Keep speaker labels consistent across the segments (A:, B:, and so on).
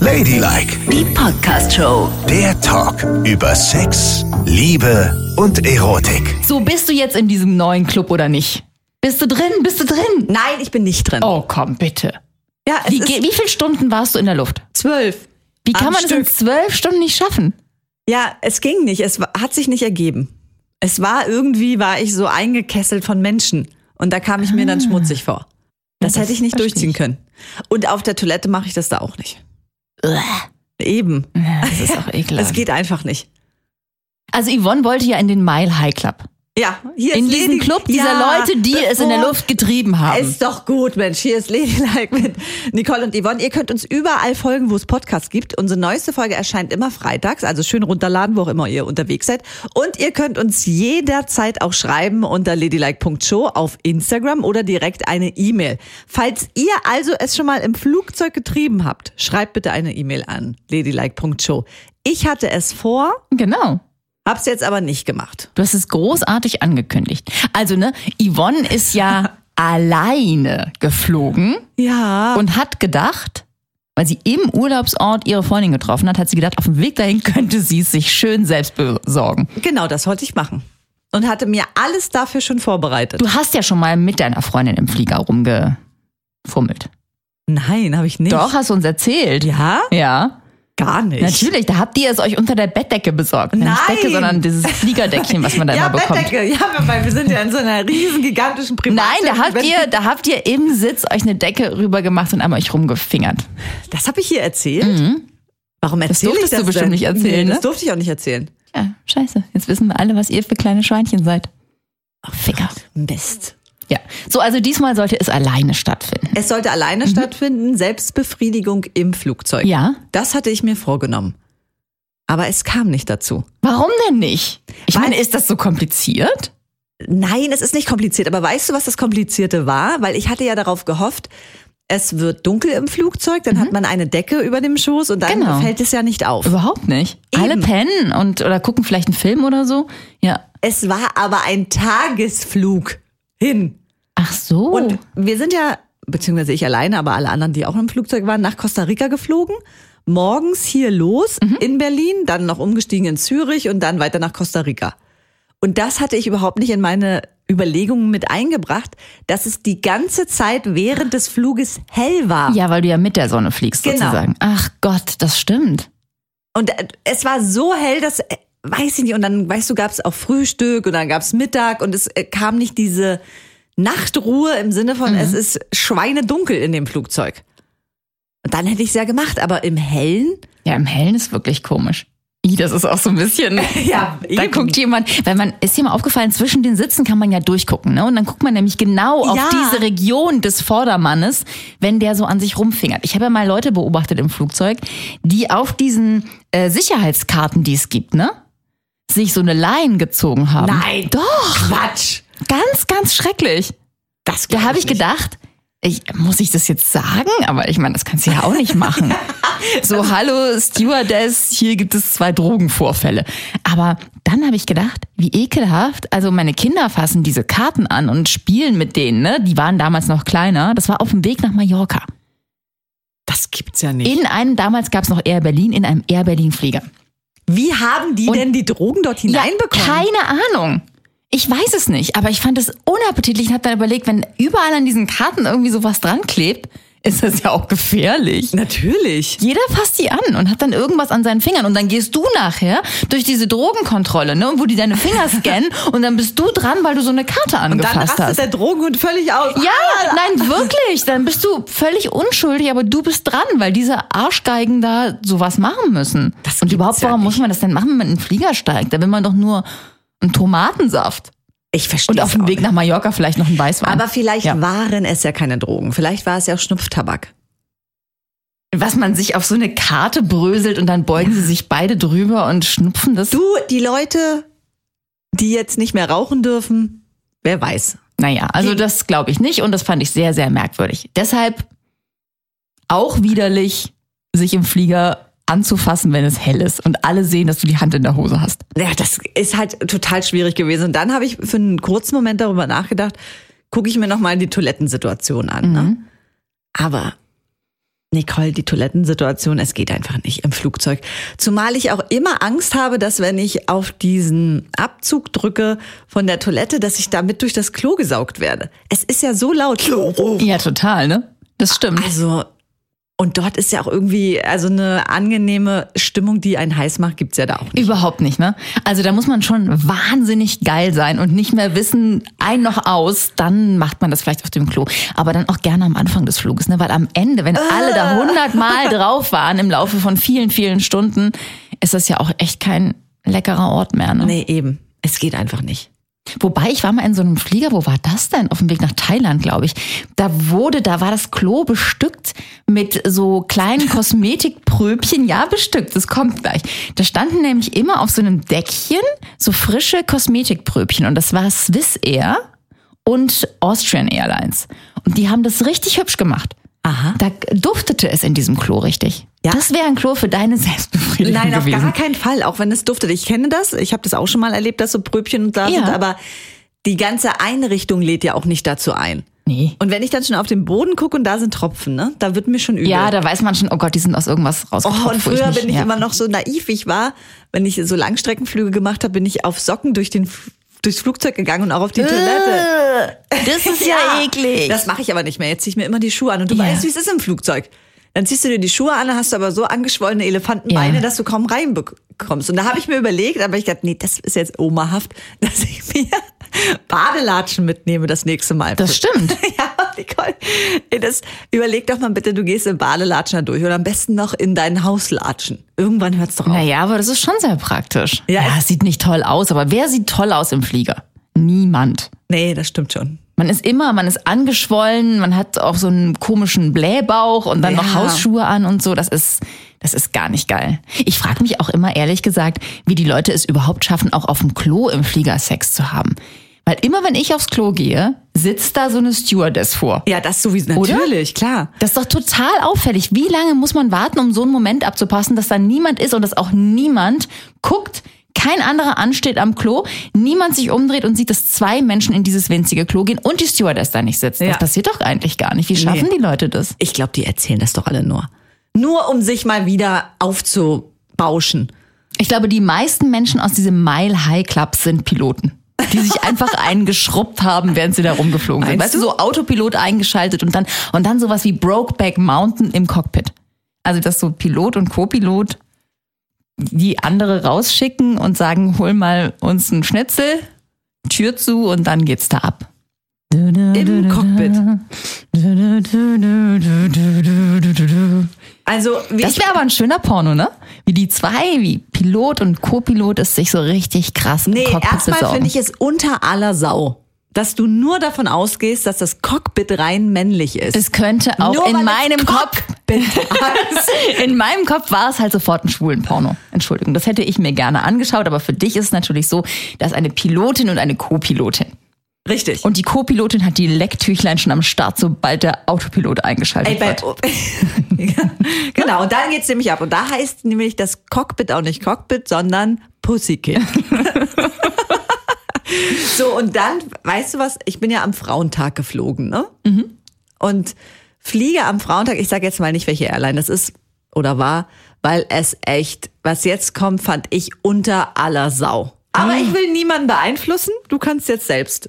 A: Ladylike,
B: Die Podcast-Show.
A: der Talk über Sex, Liebe und Erotik.
C: So, bist du jetzt in diesem neuen Club oder nicht? Bist du drin? Bist du drin?
D: Nein, ich bin nicht drin.
C: Oh, komm, bitte.
D: Ja, es
C: Wie,
D: ist
C: ge- wie viele Stunden warst du in der Luft?
D: zwölf.
C: Wie kann
D: Am
C: man
D: Stück.
C: das in zwölf Stunden nicht schaffen?
D: Ja, es ging nicht. Es wa- hat sich nicht ergeben. Es war irgendwie, war ich so eingekesselt von Menschen. Und da kam ich mir dann schmutzig vor. Das,
C: Ah. das
D: hätte ich nicht
C: verstehe
D: durchziehen
C: ich.
D: können. Und auf der Toilette mache ich das da auch nicht. Eben.
C: Ja, Das ist auch
D: Es
C: ekelhaft.
D: geht einfach nicht.
C: Also Yvonne wollte ja in den Mile High Club.
D: Ja, hier
C: In
D: ist
C: diesen
D: Lady-
C: Club dieser
D: Ja, Oh,
C: Leute, die es in der
D: bevor-
C: Luft getrieben haben.
D: Ist doch gut, Mensch. Hier ist Ladylike mit Nicole und Yvonne. Ihr könnt uns überall folgen, wo es Podcasts gibt. Unsere neueste Folge erscheint immer freitags, also schön runterladen, wo auch immer ihr unterwegs seid. Und ihr könnt uns jederzeit auch schreiben unter ladylike.show auf Instagram oder direkt eine E-Mail. Falls ihr also es schon mal im Flugzeug getrieben habt, schreibt bitte eine E-Mail an ladylike.show. Ich hatte es vor,
C: Genau.
D: hab's jetzt aber nicht gemacht.
C: Du hast es großartig angekündigt. Also, ne, Yvonne ist ja alleine geflogen
D: Ja.
C: und hat gedacht, weil sie im Urlaubsort ihre Freundin getroffen hat, hat sie gedacht, auf dem Weg dahin könnte sie es sich schön selbst besorgen.
D: Genau, das wollte ich machen. Und hatte mir alles dafür schon vorbereitet.
C: Du hast ja schon mal mit deiner Freundin im Flieger rumgefummelt.
D: Nein, habe ich nicht.
C: Doch, hast du uns erzählt.
D: Ja?
C: Ja.
D: Gar nicht.
C: Natürlich, da habt ihr es euch unter der Bettdecke besorgt. Nein. Nicht
D: Nein.
C: Decke, sondern dieses Fliegerdeckchen, was man da
D: Ja,
C: immer bekommt.
D: Bettdecke. Ja, weil wir sind ja in so einer riesen, gigantischen Privat.
C: Nein, da habt ihr, da habt ihr im Sitz euch eine Decke rüber gemacht und einmal euch rumgefingert.
D: Das habe ich hier erzählt. Warum
C: Mhm. Das
D: erzähle ich
C: durftest
D: das
C: du bestimmt
D: denn?
C: nicht erzählen,
D: Nee,
C: ne?
D: Das durfte ich auch nicht erzählen.
C: Ja, scheiße. Jetzt wissen wir alle, was ihr für kleine Schweinchen seid. Ach, Ficker.
D: Mist.
C: Ja. So, also diesmal sollte es alleine stattfinden.
D: Es sollte alleine stattfinden, Selbstbefriedigung im Flugzeug.
C: Mhm. Ja.
D: Das hatte ich mir vorgenommen. Aber es kam nicht dazu.
C: Warum denn nicht? Ich
D: Weil-
C: meine, ist das so kompliziert?
D: Nein, es ist nicht kompliziert. Aber weißt du, was das Komplizierte war? Weil ich hatte ja darauf gehofft, es wird dunkel im Flugzeug, dann hat man eine Decke über dem Schoß und dann
C: Mhm. Genau.
D: fällt es ja nicht auf.
C: Überhaupt nicht. Alle
D: Eben.
C: pennen und oder gucken vielleicht einen Film oder so. Ja.
D: Es war aber ein Tagesflug hin.
C: Ach so.
D: Und wir sind ja, beziehungsweise ich alleine, aber alle anderen, die auch im Flugzeug waren, nach Costa Rica geflogen. Morgens hier los in Berlin, dann noch umgestiegen in Zürich und dann weiter nach Costa Rica. Und das hatte ich überhaupt nicht in meine Überlegungen mit eingebracht, dass es die ganze Zeit während des Fluges hell war.
C: ja, weil du ja mit der Sonne fliegst
D: Genau.
C: sozusagen. Ach Gott, das stimmt.
D: Und äh, es war so hell, dass, äh, weiß ich nicht, und dann, weißt du, gab es auch Frühstück und dann gab es Mittag und es äh, kam nicht diese Nachtruhe im Sinne von,
C: Mhm.
D: es ist schweinedunkel in dem Flugzeug. Und dann hätte ich es ja gemacht, aber im Hellen?
C: Ja, im Hellen ist wirklich komisch. I, das ist auch so ein bisschen.
D: Ja,
C: Da
D: eben.
C: guckt jemand, weil man ist dir mal aufgefallen, zwischen den Sitzen kann man ja durchgucken, ne? Und dann guckt man nämlich genau auf
D: Ja.
C: diese Region des Vordermannes, wenn der so an sich rumfingert. Ich habe ja mal Leute beobachtet im Flugzeug, die auf diesen äh, Sicherheitskarten, die es gibt, ne? Sich so eine Line gezogen haben.
D: Nein.
C: Doch,
D: Quatsch!
C: ganz, ganz schrecklich.
D: Das
C: Da
D: glaub
C: habe ich
D: nicht.
C: gedacht, ich, muss ich das jetzt sagen? Aber ich meine, das kannst du ja auch nicht machen. So, hallo Stewardess, hier gibt es zwei Drogenvorfälle. Aber dann habe ich gedacht, wie ekelhaft. Also meine Kinder fassen diese Karten an und spielen mit denen. Ne? Die waren damals noch kleiner. Das war auf dem Weg nach Mallorca.
D: Das gibt's ja nicht.
C: In einem, damals gab es noch Air Berlin, in einem Air Berlin Flieger.
D: Wie haben die
C: Und-
D: denn die Drogen dort hineinbekommen?
C: Keine Ahnung. Ich weiß es nicht, aber ich fand es unappetitlich und habe dann überlegt, wenn überall an diesen Karten irgendwie sowas dran klebt, ist das ja auch gefährlich.
D: Natürlich.
C: Jeder fasst die an und hat dann irgendwas an seinen Fingern. Und dann gehst du nachher durch diese Drogenkontrolle, ne, wo die deine Finger scannen und dann bist du dran, weil du so eine Karte
D: Dann
C: angefasst
D: rastet
C: hast.
D: der Drogenhund völlig aus.
C: Ja, nein, wirklich. Dann bist du völlig unschuldig, aber du bist dran, weil diese Arschgeigen da sowas machen müssen.
D: Das
C: Und
D: gibt's
C: überhaupt,
D: ja
C: warum
D: nicht.
C: muss man das denn machen, wenn man in den Flieger steigt? Da will man doch nur einen Tomatensaft.
D: Ich verstehe
C: Und auf dem Weg nach Mallorca vielleicht noch einen Weißwein.
D: Aber vielleicht
C: Ja.
D: waren es ja keine Drogen. Vielleicht war es ja auch Schnupftabak.
C: Was man sich auf so eine Karte bröselt und dann beugen sie sich beide drüber und schnupfen das.
D: Du, die Leute, die jetzt nicht mehr rauchen dürfen, wer weiß.
C: Naja, also das glaube ich nicht und das fand ich sehr, sehr merkwürdig. Deshalb auch widerlich, sich im Flieger anzufassen, wenn es hell ist und alle sehen, dass du die Hand in der Hose hast.
D: Ja, das ist halt total schwierig gewesen. Und dann habe ich für einen kurzen Moment darüber nachgedacht, gucke ich mir nochmal die Toilettensituation an. Ne? Aber Nicole, die Toilettensituation, es geht einfach nicht im Flugzeug. Zumal ich auch immer Angst habe, dass wenn ich auf diesen Abzug drücke von der Toilette, dass ich damit durch das Klo gesaugt werde. Es ist ja so laut.
C: Ja, total, ne? Das stimmt.
D: Also, und dort ist ja auch irgendwie, also eine angenehme Stimmung, die einen heiß macht, gibt's ja da auch nicht.
C: Überhaupt nicht, ne? Also da muss man schon wahnsinnig geil sein und nicht mehr wissen, ein noch aus, dann macht man das vielleicht auf dem Klo. Aber dann auch gerne am Anfang des Fluges, ne? Weil am Ende, wenn alle da hundertmal drauf waren im Laufe von vielen, vielen Stunden, ist das ja auch echt kein leckerer Ort mehr, ne?
D: Nee, eben. Es geht einfach nicht.
C: Wobei ich war mal in so einem Flieger, wo war das denn? Auf dem Weg nach Thailand, glaube ich. Da wurde, da war das Klo bestückt mit so kleinen Kosmetikpröbchen. Ja, bestückt, das kommt gleich. Da standen nämlich immer auf so einem Deckchen so frische Kosmetikpröbchen und das war Swiss Air und Austrian Airlines. Und die haben das richtig hübsch gemacht.
D: Aha.
C: Da duftete es in diesem Klo richtig.
D: Ja.
C: Das wäre ein Klo für deine Selbstbefriedigung
D: Nein, auf
C: gewesen.
D: gar keinen Fall, auch wenn es duftet. Ich kenne das, ich habe das auch schon mal erlebt, dass so Pröbchen da
C: Ja.
D: sind, aber die ganze Einrichtung lädt ja auch nicht dazu ein.
C: Nee.
D: Und wenn ich dann schon auf den Boden gucke und da sind Tropfen, ne, da wird mir schon übel.
C: Ja, da weiß man schon, oh Gott, die sind aus irgendwas rausgekommen.
D: Oh, und früher bin ich immer noch so naiv, wie ich war. Wenn ich so Langstreckenflüge gemacht habe, bin ich auf Socken durch den F- durchs Flugzeug gegangen und auch auf die
C: Äh.
D: Toilette.
C: Das ist
D: Äh. Das mache ich aber nicht mehr. Jetzt ziehe ich mir immer die Schuhe an. Und du
C: Ja.
D: weißt, wie es ist im Flugzeug. Dann ziehst du dir die Schuhe an, dann hast du aber so angeschwollene Elefantenbeine,
C: Ja.
D: dass du kaum reinbekommst. Und da habe ich mir überlegt, aber ich dachte, nee, das ist jetzt omahaft, dass ich mir Badelatschen mitnehme das nächste Mal.
C: Das stimmt.
D: Ja, Nicole, ey, das, überleg doch mal bitte, du gehst im Badelatschen da durch oder am besten noch in deinen Hauslatschen. Irgendwann hört's doch auf.
C: Naja, aber das ist schon sehr praktisch.
D: Ja.
C: ja, es sieht nicht toll aus, aber wer sieht toll aus im Flieger? Niemand.
D: Nee, das stimmt schon.
C: Man ist immer, man ist angeschwollen, man hat auch so einen komischen Blähbauch und dann noch
D: Ja.
C: Hausschuhe an und so. Das ist, das ist gar nicht geil. Ich frage mich auch immer ehrlich gesagt, wie die Leute es überhaupt schaffen, auch auf dem Klo im Flieger Sex zu haben. Weil immer wenn ich aufs Klo gehe, sitzt da so eine Stewardess vor.
D: Ja, das sowieso
C: Oder?
D: natürlich, klar.
C: Das ist doch total auffällig. Wie lange muss man warten, um so einen Moment abzupassen, dass da niemand ist und dass auch niemand guckt, kein anderer ansteht am Klo, niemand sich umdreht und sieht, dass zwei Menschen in dieses winzige Klo gehen und die Stewardess da nicht sitzt.
D: Ja.
C: Das passiert doch eigentlich gar nicht. Wie schaffen
D: Nee.
C: die Leute das?
D: Ich glaube, die erzählen das doch alle nur. Nur um sich mal wieder aufzubauschen.
C: Ich glaube, die meisten Menschen aus diesem Mile High Club sind Piloten. Die sich einfach eingeschrubbt haben, während sie da rumgeflogen sind.
D: Meinst
C: Weißt du,
D: du?
C: so Autopilot eingeschaltet und dann, und dann sowas wie Brokeback Mountain im Cockpit. Also, dass so Pilot und Co-Pilot die andere rausschicken und sagen, hol mal uns einen Schnitzel, Tür zu und dann geht's da ab.
D: Im Cockpit. Also, wie
C: Das
D: ich,
C: wäre aber ein schöner Porno, ne? Wie die zwei, wie Pilot und Co-Pilot, ist sich so richtig krass. im
D: nee,
C: Cockpit
D: erstmal
C: besaugen.
D: finde ich es unter aller Sau, dass du nur davon ausgehst, dass das Cockpit rein männlich ist.
C: Es könnte auch
D: Nur weil
C: in
D: es
C: meinem Kopf. in meinem Kopf war es halt sofort ein schwulen Porno. Entschuldigung, das hätte ich mir gerne angeschaut, aber für dich ist es natürlich so, dass eine Pilotin und eine Co-Pilotin.
D: Richtig.
C: Und die Co-Pilotin hat die Lecktüchlein schon am Start, sobald der Autopilot eingeschaltet
D: Ey, bei,
C: wird.
D: oh, genau, und dann geht's nämlich ab. Und da heißt nämlich das Cockpit auch nicht Cockpit, sondern Pussykind. so, und dann, weißt du was, ich bin ja am Frauentag geflogen, ne? Und fliege am Frauentag, ich sage jetzt mal nicht, welche Airline das ist oder war, weil es echt, was jetzt kommt, fand ich unter aller Sau. Aber ich will niemanden beeinflussen. Du kannst jetzt selbst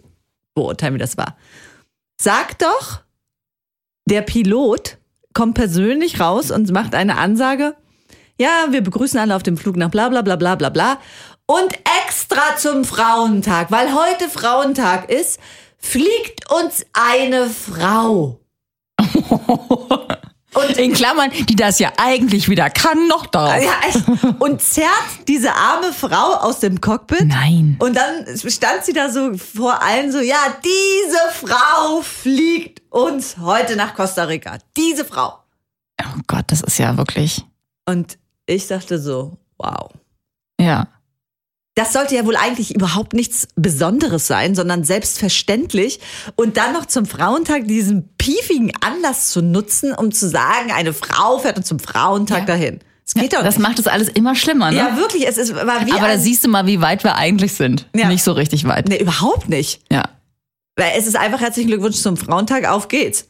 D: beurteilen, wie das war. Sag doch, der Pilot kommt persönlich raus und macht eine Ansage. Ja, wir begrüßen alle auf dem Flug nach bla bla bla bla bla bla. Und extra zum Frauentag, weil heute Frauentag ist, fliegt uns eine Frau.
C: Und in Klammern, die das ja eigentlich wieder kann, noch drauf.
D: Ja, echt. Und zerrt diese arme Frau aus dem Cockpit.
C: Nein.
D: Und dann stand sie da so vor allen so, ja, diese Frau fliegt uns heute nach Costa Rica. Diese Frau.
C: Oh Gott, das ist ja wirklich.
D: Und ich dachte so, wow.
C: Ja.
D: Das sollte ja wohl eigentlich überhaupt nichts Besonderes sein, sondern selbstverständlich. Und dann noch zum Frauentag diesen piefigen Anlass zu nutzen, um zu sagen, eine Frau fährt zum Frauentag dahin. Das geht doch
C: Das
D: nicht.
C: macht es alles immer schlimmer, ne?
D: ja, wirklich, es ist, war wie
C: aber da
D: ein,
C: siehst du mal, wie weit wir eigentlich sind.
D: Ja.
C: Nicht so richtig weit.
D: nee, überhaupt nicht.
C: Ja.
D: Weil es ist einfach herzlichen Glückwunsch zum Frauentag, auf geht's.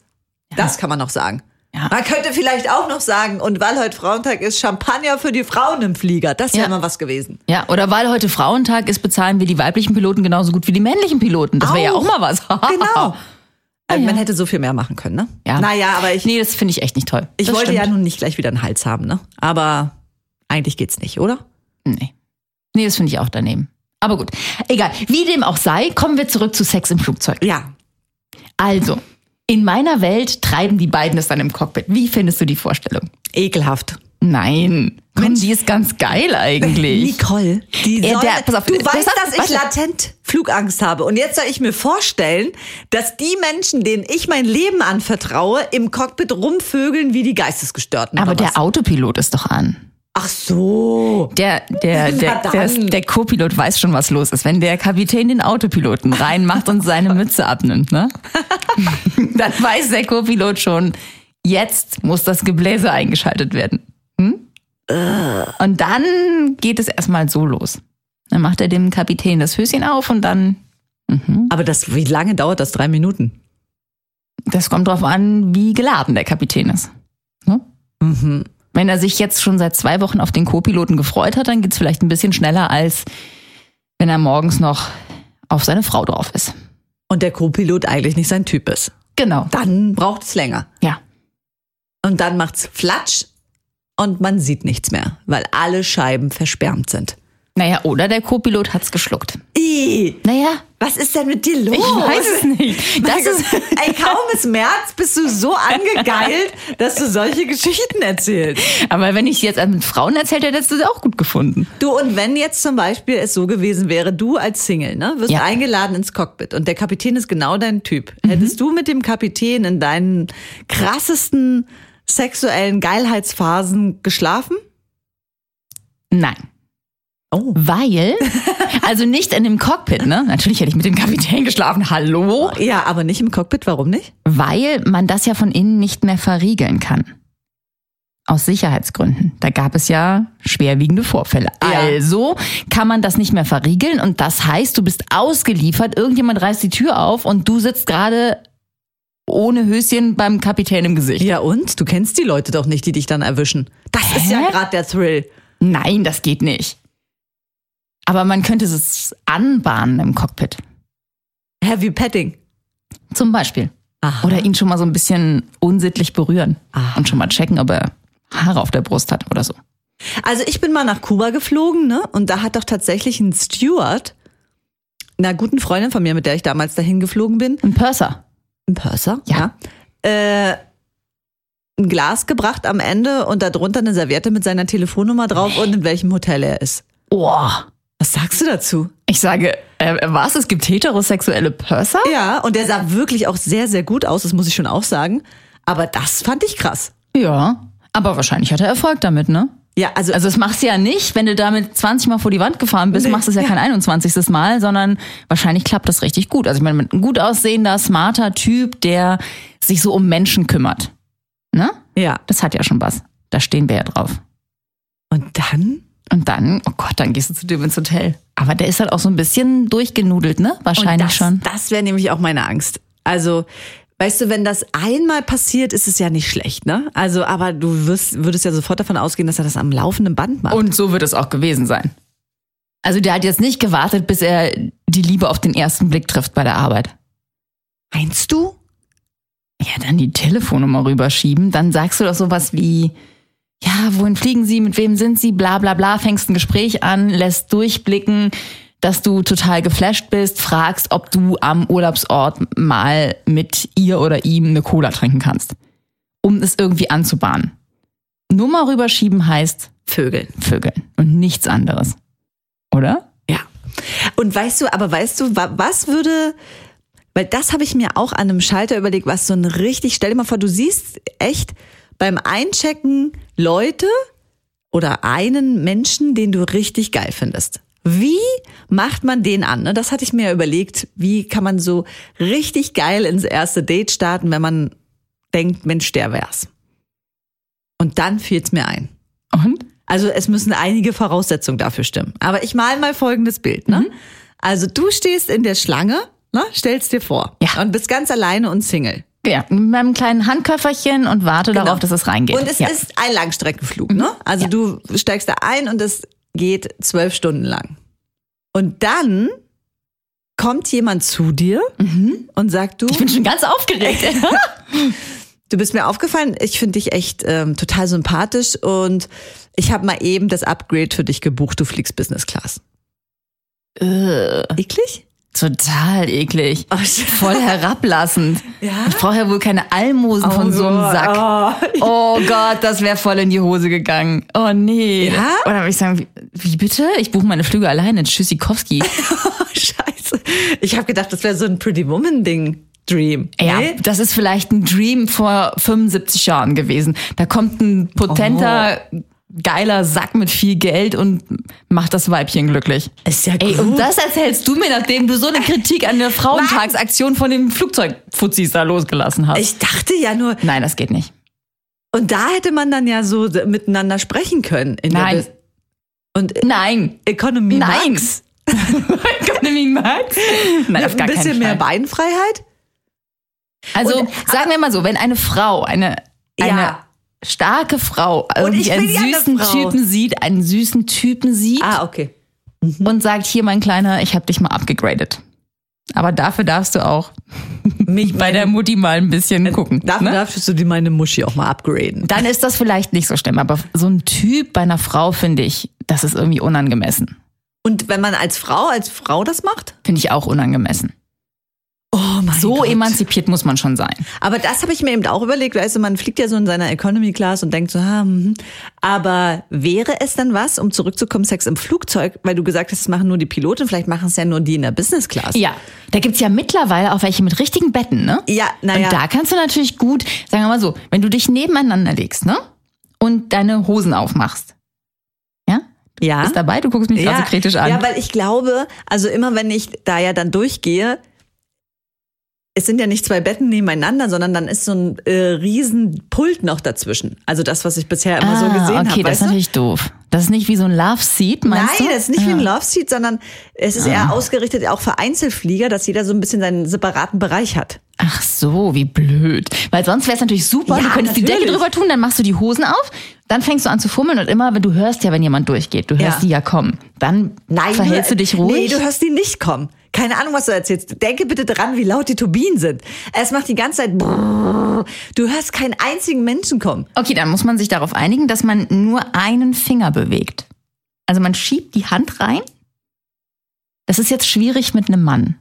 D: Das kann man noch sagen.
C: Ja.
D: Man könnte vielleicht auch noch sagen, und weil heute Frauentag ist, Champagner für die Frauen im Flieger. Das wäre
C: Ja.
D: mal was gewesen.
C: Ja, oder weil heute Frauentag ist, bezahlen wir die weiblichen Piloten genauso gut wie die männlichen Piloten. Das wäre ja auch mal was.
D: genau. Also
C: ja.
D: Man hätte so viel mehr machen können, ne?
C: Ja.
D: Naja, aber ich,
C: Nee, das finde ich echt nicht toll.
D: ich
C: das
D: wollte
C: stimmt.
D: ja nun nicht gleich wieder einen Hals haben, ne? Aber eigentlich geht's nicht, oder?
C: Nee. Nee, das finde ich auch daneben. Aber gut, egal. Wie dem auch sei, kommen wir zurück zu Sex im Flugzeug.
D: Ja.
C: Also, in meiner Welt treiben die beiden es dann im Cockpit. Wie findest du die Vorstellung?
D: Ekelhaft.
C: Nein. Komm, die ist ganz geil eigentlich.
D: Nicole, die
C: Ja,
D: soll,
C: der- pass auf,
D: du
C: das
D: weißt,
C: hat-
D: dass ich
C: warte.
D: latent Flugangst habe. Und jetzt soll ich mir vorstellen, dass die Menschen, denen ich mein Leben anvertraue, im Cockpit rumvögeln wie die Geistesgestörten.
C: Aber
D: oder
C: der
D: was?
C: Autopilot ist doch an.
D: Ach so.
C: Der, der, der,
D: Na
C: der,
D: dann.
C: der Co-Pilot weiß schon, was los ist. Wenn der Kapitän den Autopiloten reinmacht und seine Mütze abnimmt, ne? dann weiß der Co-Pilot schon, jetzt muss das Gebläse eingeschaltet werden.
D: Äh.
C: Hm? Und dann geht es erstmal so los. Dann macht er dem Kapitän das Höschen auf und dann,
D: Aber das, wie lange dauert das? Drei Minuten.
C: das kommt drauf an, wie geladen der Kapitän ist. Ne? Wenn er sich jetzt schon seit zwei Wochen auf den Co-Piloten gefreut hat, dann geht's vielleicht ein bisschen schneller, als wenn er morgens noch auf seine Frau drauf ist.
D: Und der Co-Pilot eigentlich nicht sein Typ ist.
C: Genau.
D: Dann braucht es länger.
C: Ja.
D: Und dann macht's Flatsch und man sieht nichts mehr, weil alle Scheiben versperrt sind.
C: Naja, oder der Co-Pilot hat's geschluckt.
D: Ih,
C: Naja,
D: was ist denn mit dir los?
C: ich weiß es nicht. Das ist,
D: Ey, kaum ist März, bist du so angegeilt, dass du solche Geschichten erzählst.
C: aber wenn ich jetzt mit Frauen erzählt hätte, hättest du es auch gut gefunden.
D: Du, und wenn jetzt zum Beispiel es so gewesen wäre, du als Single, ne, wirst
C: Ja.
D: eingeladen ins Cockpit und der Kapitän ist genau dein Typ. Hättest du mit dem Kapitän in deinen krassesten sexuellen Geilheitsphasen geschlafen?
C: Nein.
D: Oh.
C: Weil, also nicht in dem Cockpit, ne? Natürlich hätte ich mit dem Kapitän geschlafen. Hallo?
D: Ja, aber nicht im Cockpit, warum nicht?
C: Weil man das ja von innen nicht mehr verriegeln kann. Aus Sicherheitsgründen. Da gab es ja schwerwiegende Vorfälle.
D: Ja.
C: Also kann man das nicht mehr verriegeln und das heißt, du bist ausgeliefert, irgendjemand reißt die Tür auf und du sitzt gerade ohne Höschen beim Kapitän im Gesicht.
D: Ja und? Du kennst die Leute doch nicht, die dich dann erwischen. Das ist
C: Hä?
D: ja gerade der Thrill.
C: Nein, das geht nicht. Aber man könnte es anbahnen im Cockpit.
D: Heavy Petting.
C: Zum Beispiel.
D: Aha.
C: Oder ihn schon mal so ein bisschen unsittlich berühren
D: Aha.
C: und schon mal checken, ob er Haare auf der Brust hat oder so.
D: Also ich bin mal nach Kuba geflogen, ne? Und da hat doch tatsächlich ein Steward einer guten Freundin von mir, mit der ich damals dahin geflogen bin,
C: Ein Purser.
D: ein Purser,
C: Ja.
D: ja, äh, ein Glas gebracht am Ende und darunter eine Serviette mit seiner Telefonnummer drauf und in welchem Hotel er ist.
C: Oh.
D: Was sagst du dazu?
C: Ich sage, äh, was? Es gibt heterosexuelle Purser?
D: Ja, und der sah wirklich auch sehr, sehr gut aus, das muss ich schon auch sagen. Aber das fand ich krass.
C: Ja. Aber wahrscheinlich hat er Erfolg damit, ne?
D: Ja, also,
C: Also das machst du ja nicht, wenn du damit 20 Mal vor die Wand gefahren bist,
D: Nee,
C: machst du es ja,
D: ja.
C: kein 21. Mal, sondern wahrscheinlich klappt das richtig gut. Also ich meine, ein gut aussehender, smarter Typ, der sich so um Menschen kümmert. Ne?
D: ja.
C: Das hat ja schon was. Da stehen wir ja drauf.
D: Und dann?
C: Und dann, oh Gott, dann gehst du zu dem ins Hotel. Aber der ist halt auch so ein bisschen durchgenudelt, ne? Wahrscheinlich
D: und das,
C: schon.
D: Das wäre nämlich auch meine Angst. Also, weißt du, wenn das einmal passiert, ist es ja nicht schlecht, ne? Also, aber du wirst, würdest ja sofort davon ausgehen, dass er das am laufenden Band macht.
C: Und so wird es auch gewesen sein. Also der hat jetzt nicht gewartet, bis er die Liebe auf den ersten Blick trifft bei der Arbeit.
D: meinst du?
C: Ja, dann die Telefonnummer rüberschieben, dann sagst du doch sowas wie, ja, wohin fliegen Sie, mit wem sind Sie, bla bla bla, fängst ein Gespräch an, lässt durchblicken, dass du total geflasht bist, fragst, ob du am Urlaubsort mal mit ihr oder ihm eine Cola trinken kannst, um es irgendwie anzubahnen. Nummer rüberschieben heißt
D: Vögeln.
C: Vögeln und nichts anderes. Oder?
D: Ja. Und weißt du, aber weißt du, wa- was würde, weil das habe ich mir auch an einem Schalter überlegt, was so ein richtig, stell dir mal vor, du siehst echt beim Einchecken Leute oder einen Menschen, den du richtig geil findest. Wie macht man den an? ne? Das hatte ich mir ja überlegt. Wie kann man so richtig geil ins erste Date starten, wenn man denkt, Mensch, der wär's. Und dann fiel es mir ein.
C: Und?
D: Also es müssen einige Voraussetzungen dafür stimmen. Aber ich male mal folgendes Bild.
C: Mhm.
D: Ne? Also du stehst in der Schlange, ne? stellst dir vor
C: Ja.
D: und bist ganz alleine und Single.
C: Ja, mit meinem kleinen Handköfferchen und warte
D: Genau.
C: darauf, dass es reingeht.
D: Und es
C: ja. Mhm.
D: ist ein Langstreckenflug, ne? Also
C: Ja.
D: du steigst da ein und es geht zwölf Stunden lang. Und dann kommt jemand zu dir und sagt du,
C: Mhm. ich bin schon ganz aufgeregt.
D: du bist mir aufgefallen, ich finde dich echt ähm, total sympathisch und ich habe mal eben das Upgrade für dich gebucht, du fliegst Business Class. Eklig?
C: Äh, Total eklig.
D: Oh, shit.
C: Voll herablassend.
D: Ja?
C: Ich brauche ja wohl keine Almosen von so einem
D: Gott,
C: Sack. Oh Gott, das wäre voll in die Hose gegangen. Oh nee.
D: Ja?
C: Oder würde ich sagen, wie, wie bitte? Ich buche meine Flüge alleine. Tschüssikowski.
D: Oh, scheiße. Ich habe gedacht, das wäre so ein Pretty Woman Ding Dream.
C: Ja,
D: Nee?
C: das ist vielleicht ein Dream vor 75 Jahren gewesen. Da kommt ein potenter,
D: Oh.
C: geiler Sack mit viel Geld und macht das Weibchen glücklich.
D: Ist ja
C: Ey,
D: gut.
C: und das erzählst du mir, nachdem du so eine Kritik an der Frauentagsaktion von den Flugzeugfuzis da losgelassen hast.
D: Ich dachte ja nur,
C: Nein, das geht nicht.
D: Und da hätte man dann ja so d- miteinander sprechen können. In
C: Nein.
D: Der Bus- und e-
C: Nein.
D: Economy
C: Nein.
D: Max.
C: Economy Max? Nein, auf gar
D: ein bisschen
C: keinen
D: mehr
C: Fall.
D: Beinfreiheit.
C: Also
D: Und-
C: sagen wir mal so, wenn eine Frau, eine, eine
D: Ja.
C: starke Frau,
D: ich
C: irgendwie
D: bin
C: einen
D: ja eine
C: süßen
D: Frau.
C: Typen sieht, einen süßen Typen sieht
D: Ah, Mhm. okay.
C: und sagt, hier mein Kleiner, ich habe dich mal abgegradet. Aber dafür darfst du auch
D: Mich Äh,
C: bei der Mutti mal ein bisschen gucken.
D: Dafür
C: Ne?
D: darfst du dir meine Muschi auch mal upgraden.
C: Dann ist das vielleicht nicht so schlimm, aber so ein Typ bei einer Frau finde ich, das ist irgendwie unangemessen.
D: Und wenn man als Frau, als Frau das macht?
C: Finde ich auch unangemessen.
D: Oh mein
C: So
D: Gott.
C: emanzipiert muss man schon sein.
D: Aber das habe ich mir eben auch überlegt, weißt du, man fliegt ja so in seiner Economy Class und denkt so, ah, mhm. aber wäre es dann was, um zurückzukommen, Sex im Flugzeug, weil du gesagt hast, das machen nur die Piloten, vielleicht machen es ja nur die in der Business Class.
C: Ja, da gibt's ja mittlerweile auch welche mit richtigen Betten, ne?
D: Ja, na ja.
C: Und da kannst du natürlich gut, sagen wir mal so, wenn du dich nebeneinander legst, ne? Und deine Hosen aufmachst. Ja?
D: ja.
C: Bist dabei? Du guckst mich gerade so kritisch an.
D: Ah? Ja, weil ich glaube, also immer wenn ich da ja dann durchgehe, es sind ja nicht zwei Betten nebeneinander, sondern dann ist so ein äh, riesen Pult noch dazwischen. Also das, was ich bisher immer so gesehen
C: Ah, okay, das
D: habe.
C: ist
D: weißt du?
C: natürlich doof. Das ist nicht wie so ein Love Seat,
D: Nein,
C: meinst du? Ah.
D: das ist nicht wie ein
C: Ja.
D: Love Seat, sondern es ist eher ausgerichtet auch für Einzelflieger, dass jeder so ein bisschen seinen separaten Bereich hat.
C: Ach so, wie blöd. Weil sonst wäre es natürlich super,
D: Ja,
C: du könntest die Decke
D: natürlich.
C: drüber tun, dann machst du die Hosen auf, dann fängst du an zu fummeln und immer, wenn du hörst ja, wenn jemand durchgeht, du hörst
D: Ja.
C: die ja kommen. Dann verhältst du dich ruhig.
D: Nee, du hörst die nicht kommen. Keine Ahnung, was du erzählst. Denke bitte dran, wie laut die Turbinen sind. Es macht die ganze Zeit. brrrr. Du hörst keinen einzigen Menschen kommen.
C: Okay, dann muss man sich darauf einigen, dass man nur einen Finger bewegt. Also man schiebt die Hand rein. Das ist jetzt schwierig mit einem Mann.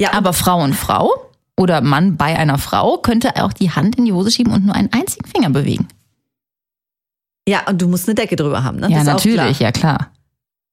D: Ja, und
C: Aber Frau und Frau oder Mann bei einer Frau könnte auch die Hand in die Hose schieben und nur einen einzigen Finger bewegen.
D: Ja, und du musst eine Decke drüber haben, ne?
C: ja,
D: Das ist auch
C: natürlich,
D: klar.
C: ja klar.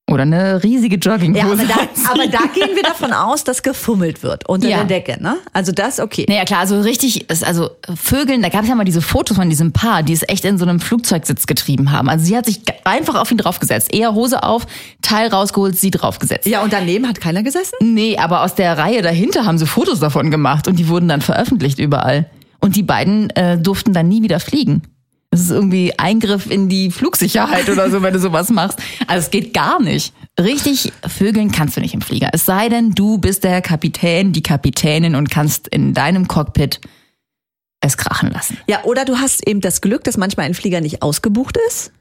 C: Oder eine riesige Jogginghose.
D: Ja, aber da, aber da gehen wir davon aus, dass gefummelt wird unter
C: Ja.
D: der Decke, ne? Also das, okay.
C: Naja, klar, also richtig, ist- also Vögeln, da gab es ja mal diese Fotos von diesem Paar, die es echt in so einem Flugzeugsitz getrieben haben. Also sie hat sich einfach auf ihn draufgesetzt. Er Hose auf, Teil rausgeholt, sie draufgesetzt.
D: Ja, und daneben hat keiner gesessen?
C: Nee, aber aus der Reihe dahinter haben sie Fotos davon gemacht und die wurden dann veröffentlicht überall. Und die beiden äh, durften dann nie wieder fliegen. Das ist irgendwie Eingriff in die Flugsicherheit oder so, wenn du sowas machst. Also es geht gar nicht. Richtig vögeln kannst du nicht im Flieger. Es sei denn, du bist der Kapitän, die Kapitänin und kannst in deinem Cockpit es krachen lassen.
D: Ja, oder du hast eben das Glück, dass manchmal ein Flieger nicht ausgebucht ist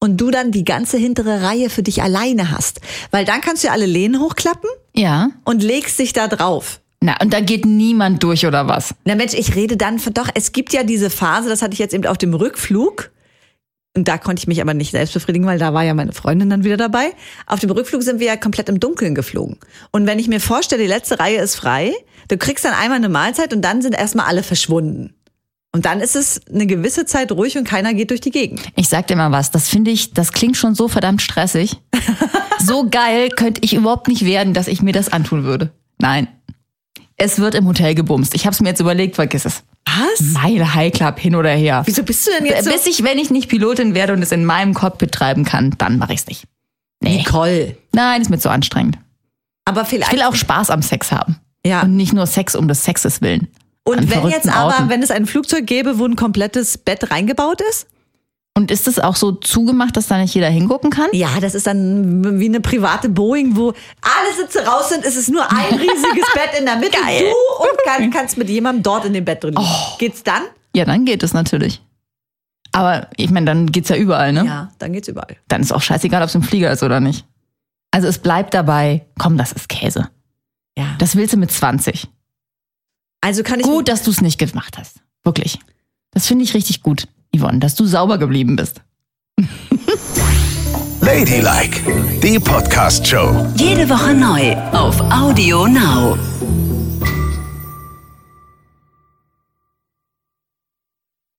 D: und du dann die ganze hintere Reihe für dich alleine hast. Weil dann kannst du ja alle Lehnen hochklappen
C: Ja.
D: und legst dich da drauf.
C: Na, und da geht niemand durch oder was?
D: Na Mensch, ich rede dann von doch, es gibt ja diese Phase, das hatte ich jetzt eben auf dem Rückflug. Und da konnte ich mich aber nicht selbst befriedigen, weil da war ja meine Freundin dann wieder dabei. Auf dem Rückflug sind wir ja komplett im Dunkeln geflogen. Und wenn ich mir vorstelle, die letzte Reihe ist frei, du kriegst dann einmal eine Mahlzeit und dann sind erstmal alle verschwunden. Und dann ist es eine gewisse Zeit ruhig und keiner geht durch die Gegend.
C: Ich sag dir mal was, das finde ich, das klingt schon so verdammt stressig. so geil könnte ich überhaupt nicht werden, dass ich mir das antun würde. Nein. Es wird im Hotel gebumst. Ich habe es mir jetzt überlegt, vergiss es.
D: Was?
C: Meile High Club hin oder her.
D: Hm. Wieso bist du denn jetzt so?
C: Bis ich, wenn ich nicht Pilotin werde und es in meinem Cockpit treiben kann, dann mache ich es nicht. Nee.
D: Nicole.
C: Nein, ist mir zu anstrengend.
D: Aber
C: Ich will
D: vielleicht.
C: auch Spaß am Sex haben.
D: Ja.
C: Und nicht nur Sex um des Sexes willen. An
D: Und wenn
C: verrückten
D: jetzt aber,
C: Orten.
D: wenn es ein Flugzeug gäbe, wo ein komplettes Bett reingebaut ist?
C: Und ist es auch so zugemacht, dass da nicht jeder hingucken kann?
D: Ja, das ist dann wie eine private Boeing, wo alle Sitze raus sind. Es ist nur ein riesiges Bett in der Mitte.
C: Geil. Oh.
D: Du und kann, kannst mit jemandem dort in dem Bett drin liegen. Geht's dann?
C: Ja, dann geht es natürlich. Aber ich meine, dann geht's ja überall, ne?
D: Ja, dann geht's überall.
C: Dann ist auch scheißegal, ob es im Flieger ist oder nicht. Also es bleibt dabei, komm, das ist Käse.
D: Ja.
C: Das willst du mit 20.
D: Also kann ich
C: Gut, dass du es nicht gemacht hast. Wirklich. Das finde ich richtig gut, Yvonne, dass du sauber geblieben bist.
A: Ladylike, die Podcast-Show.
B: Jede Woche neu auf Audio Now.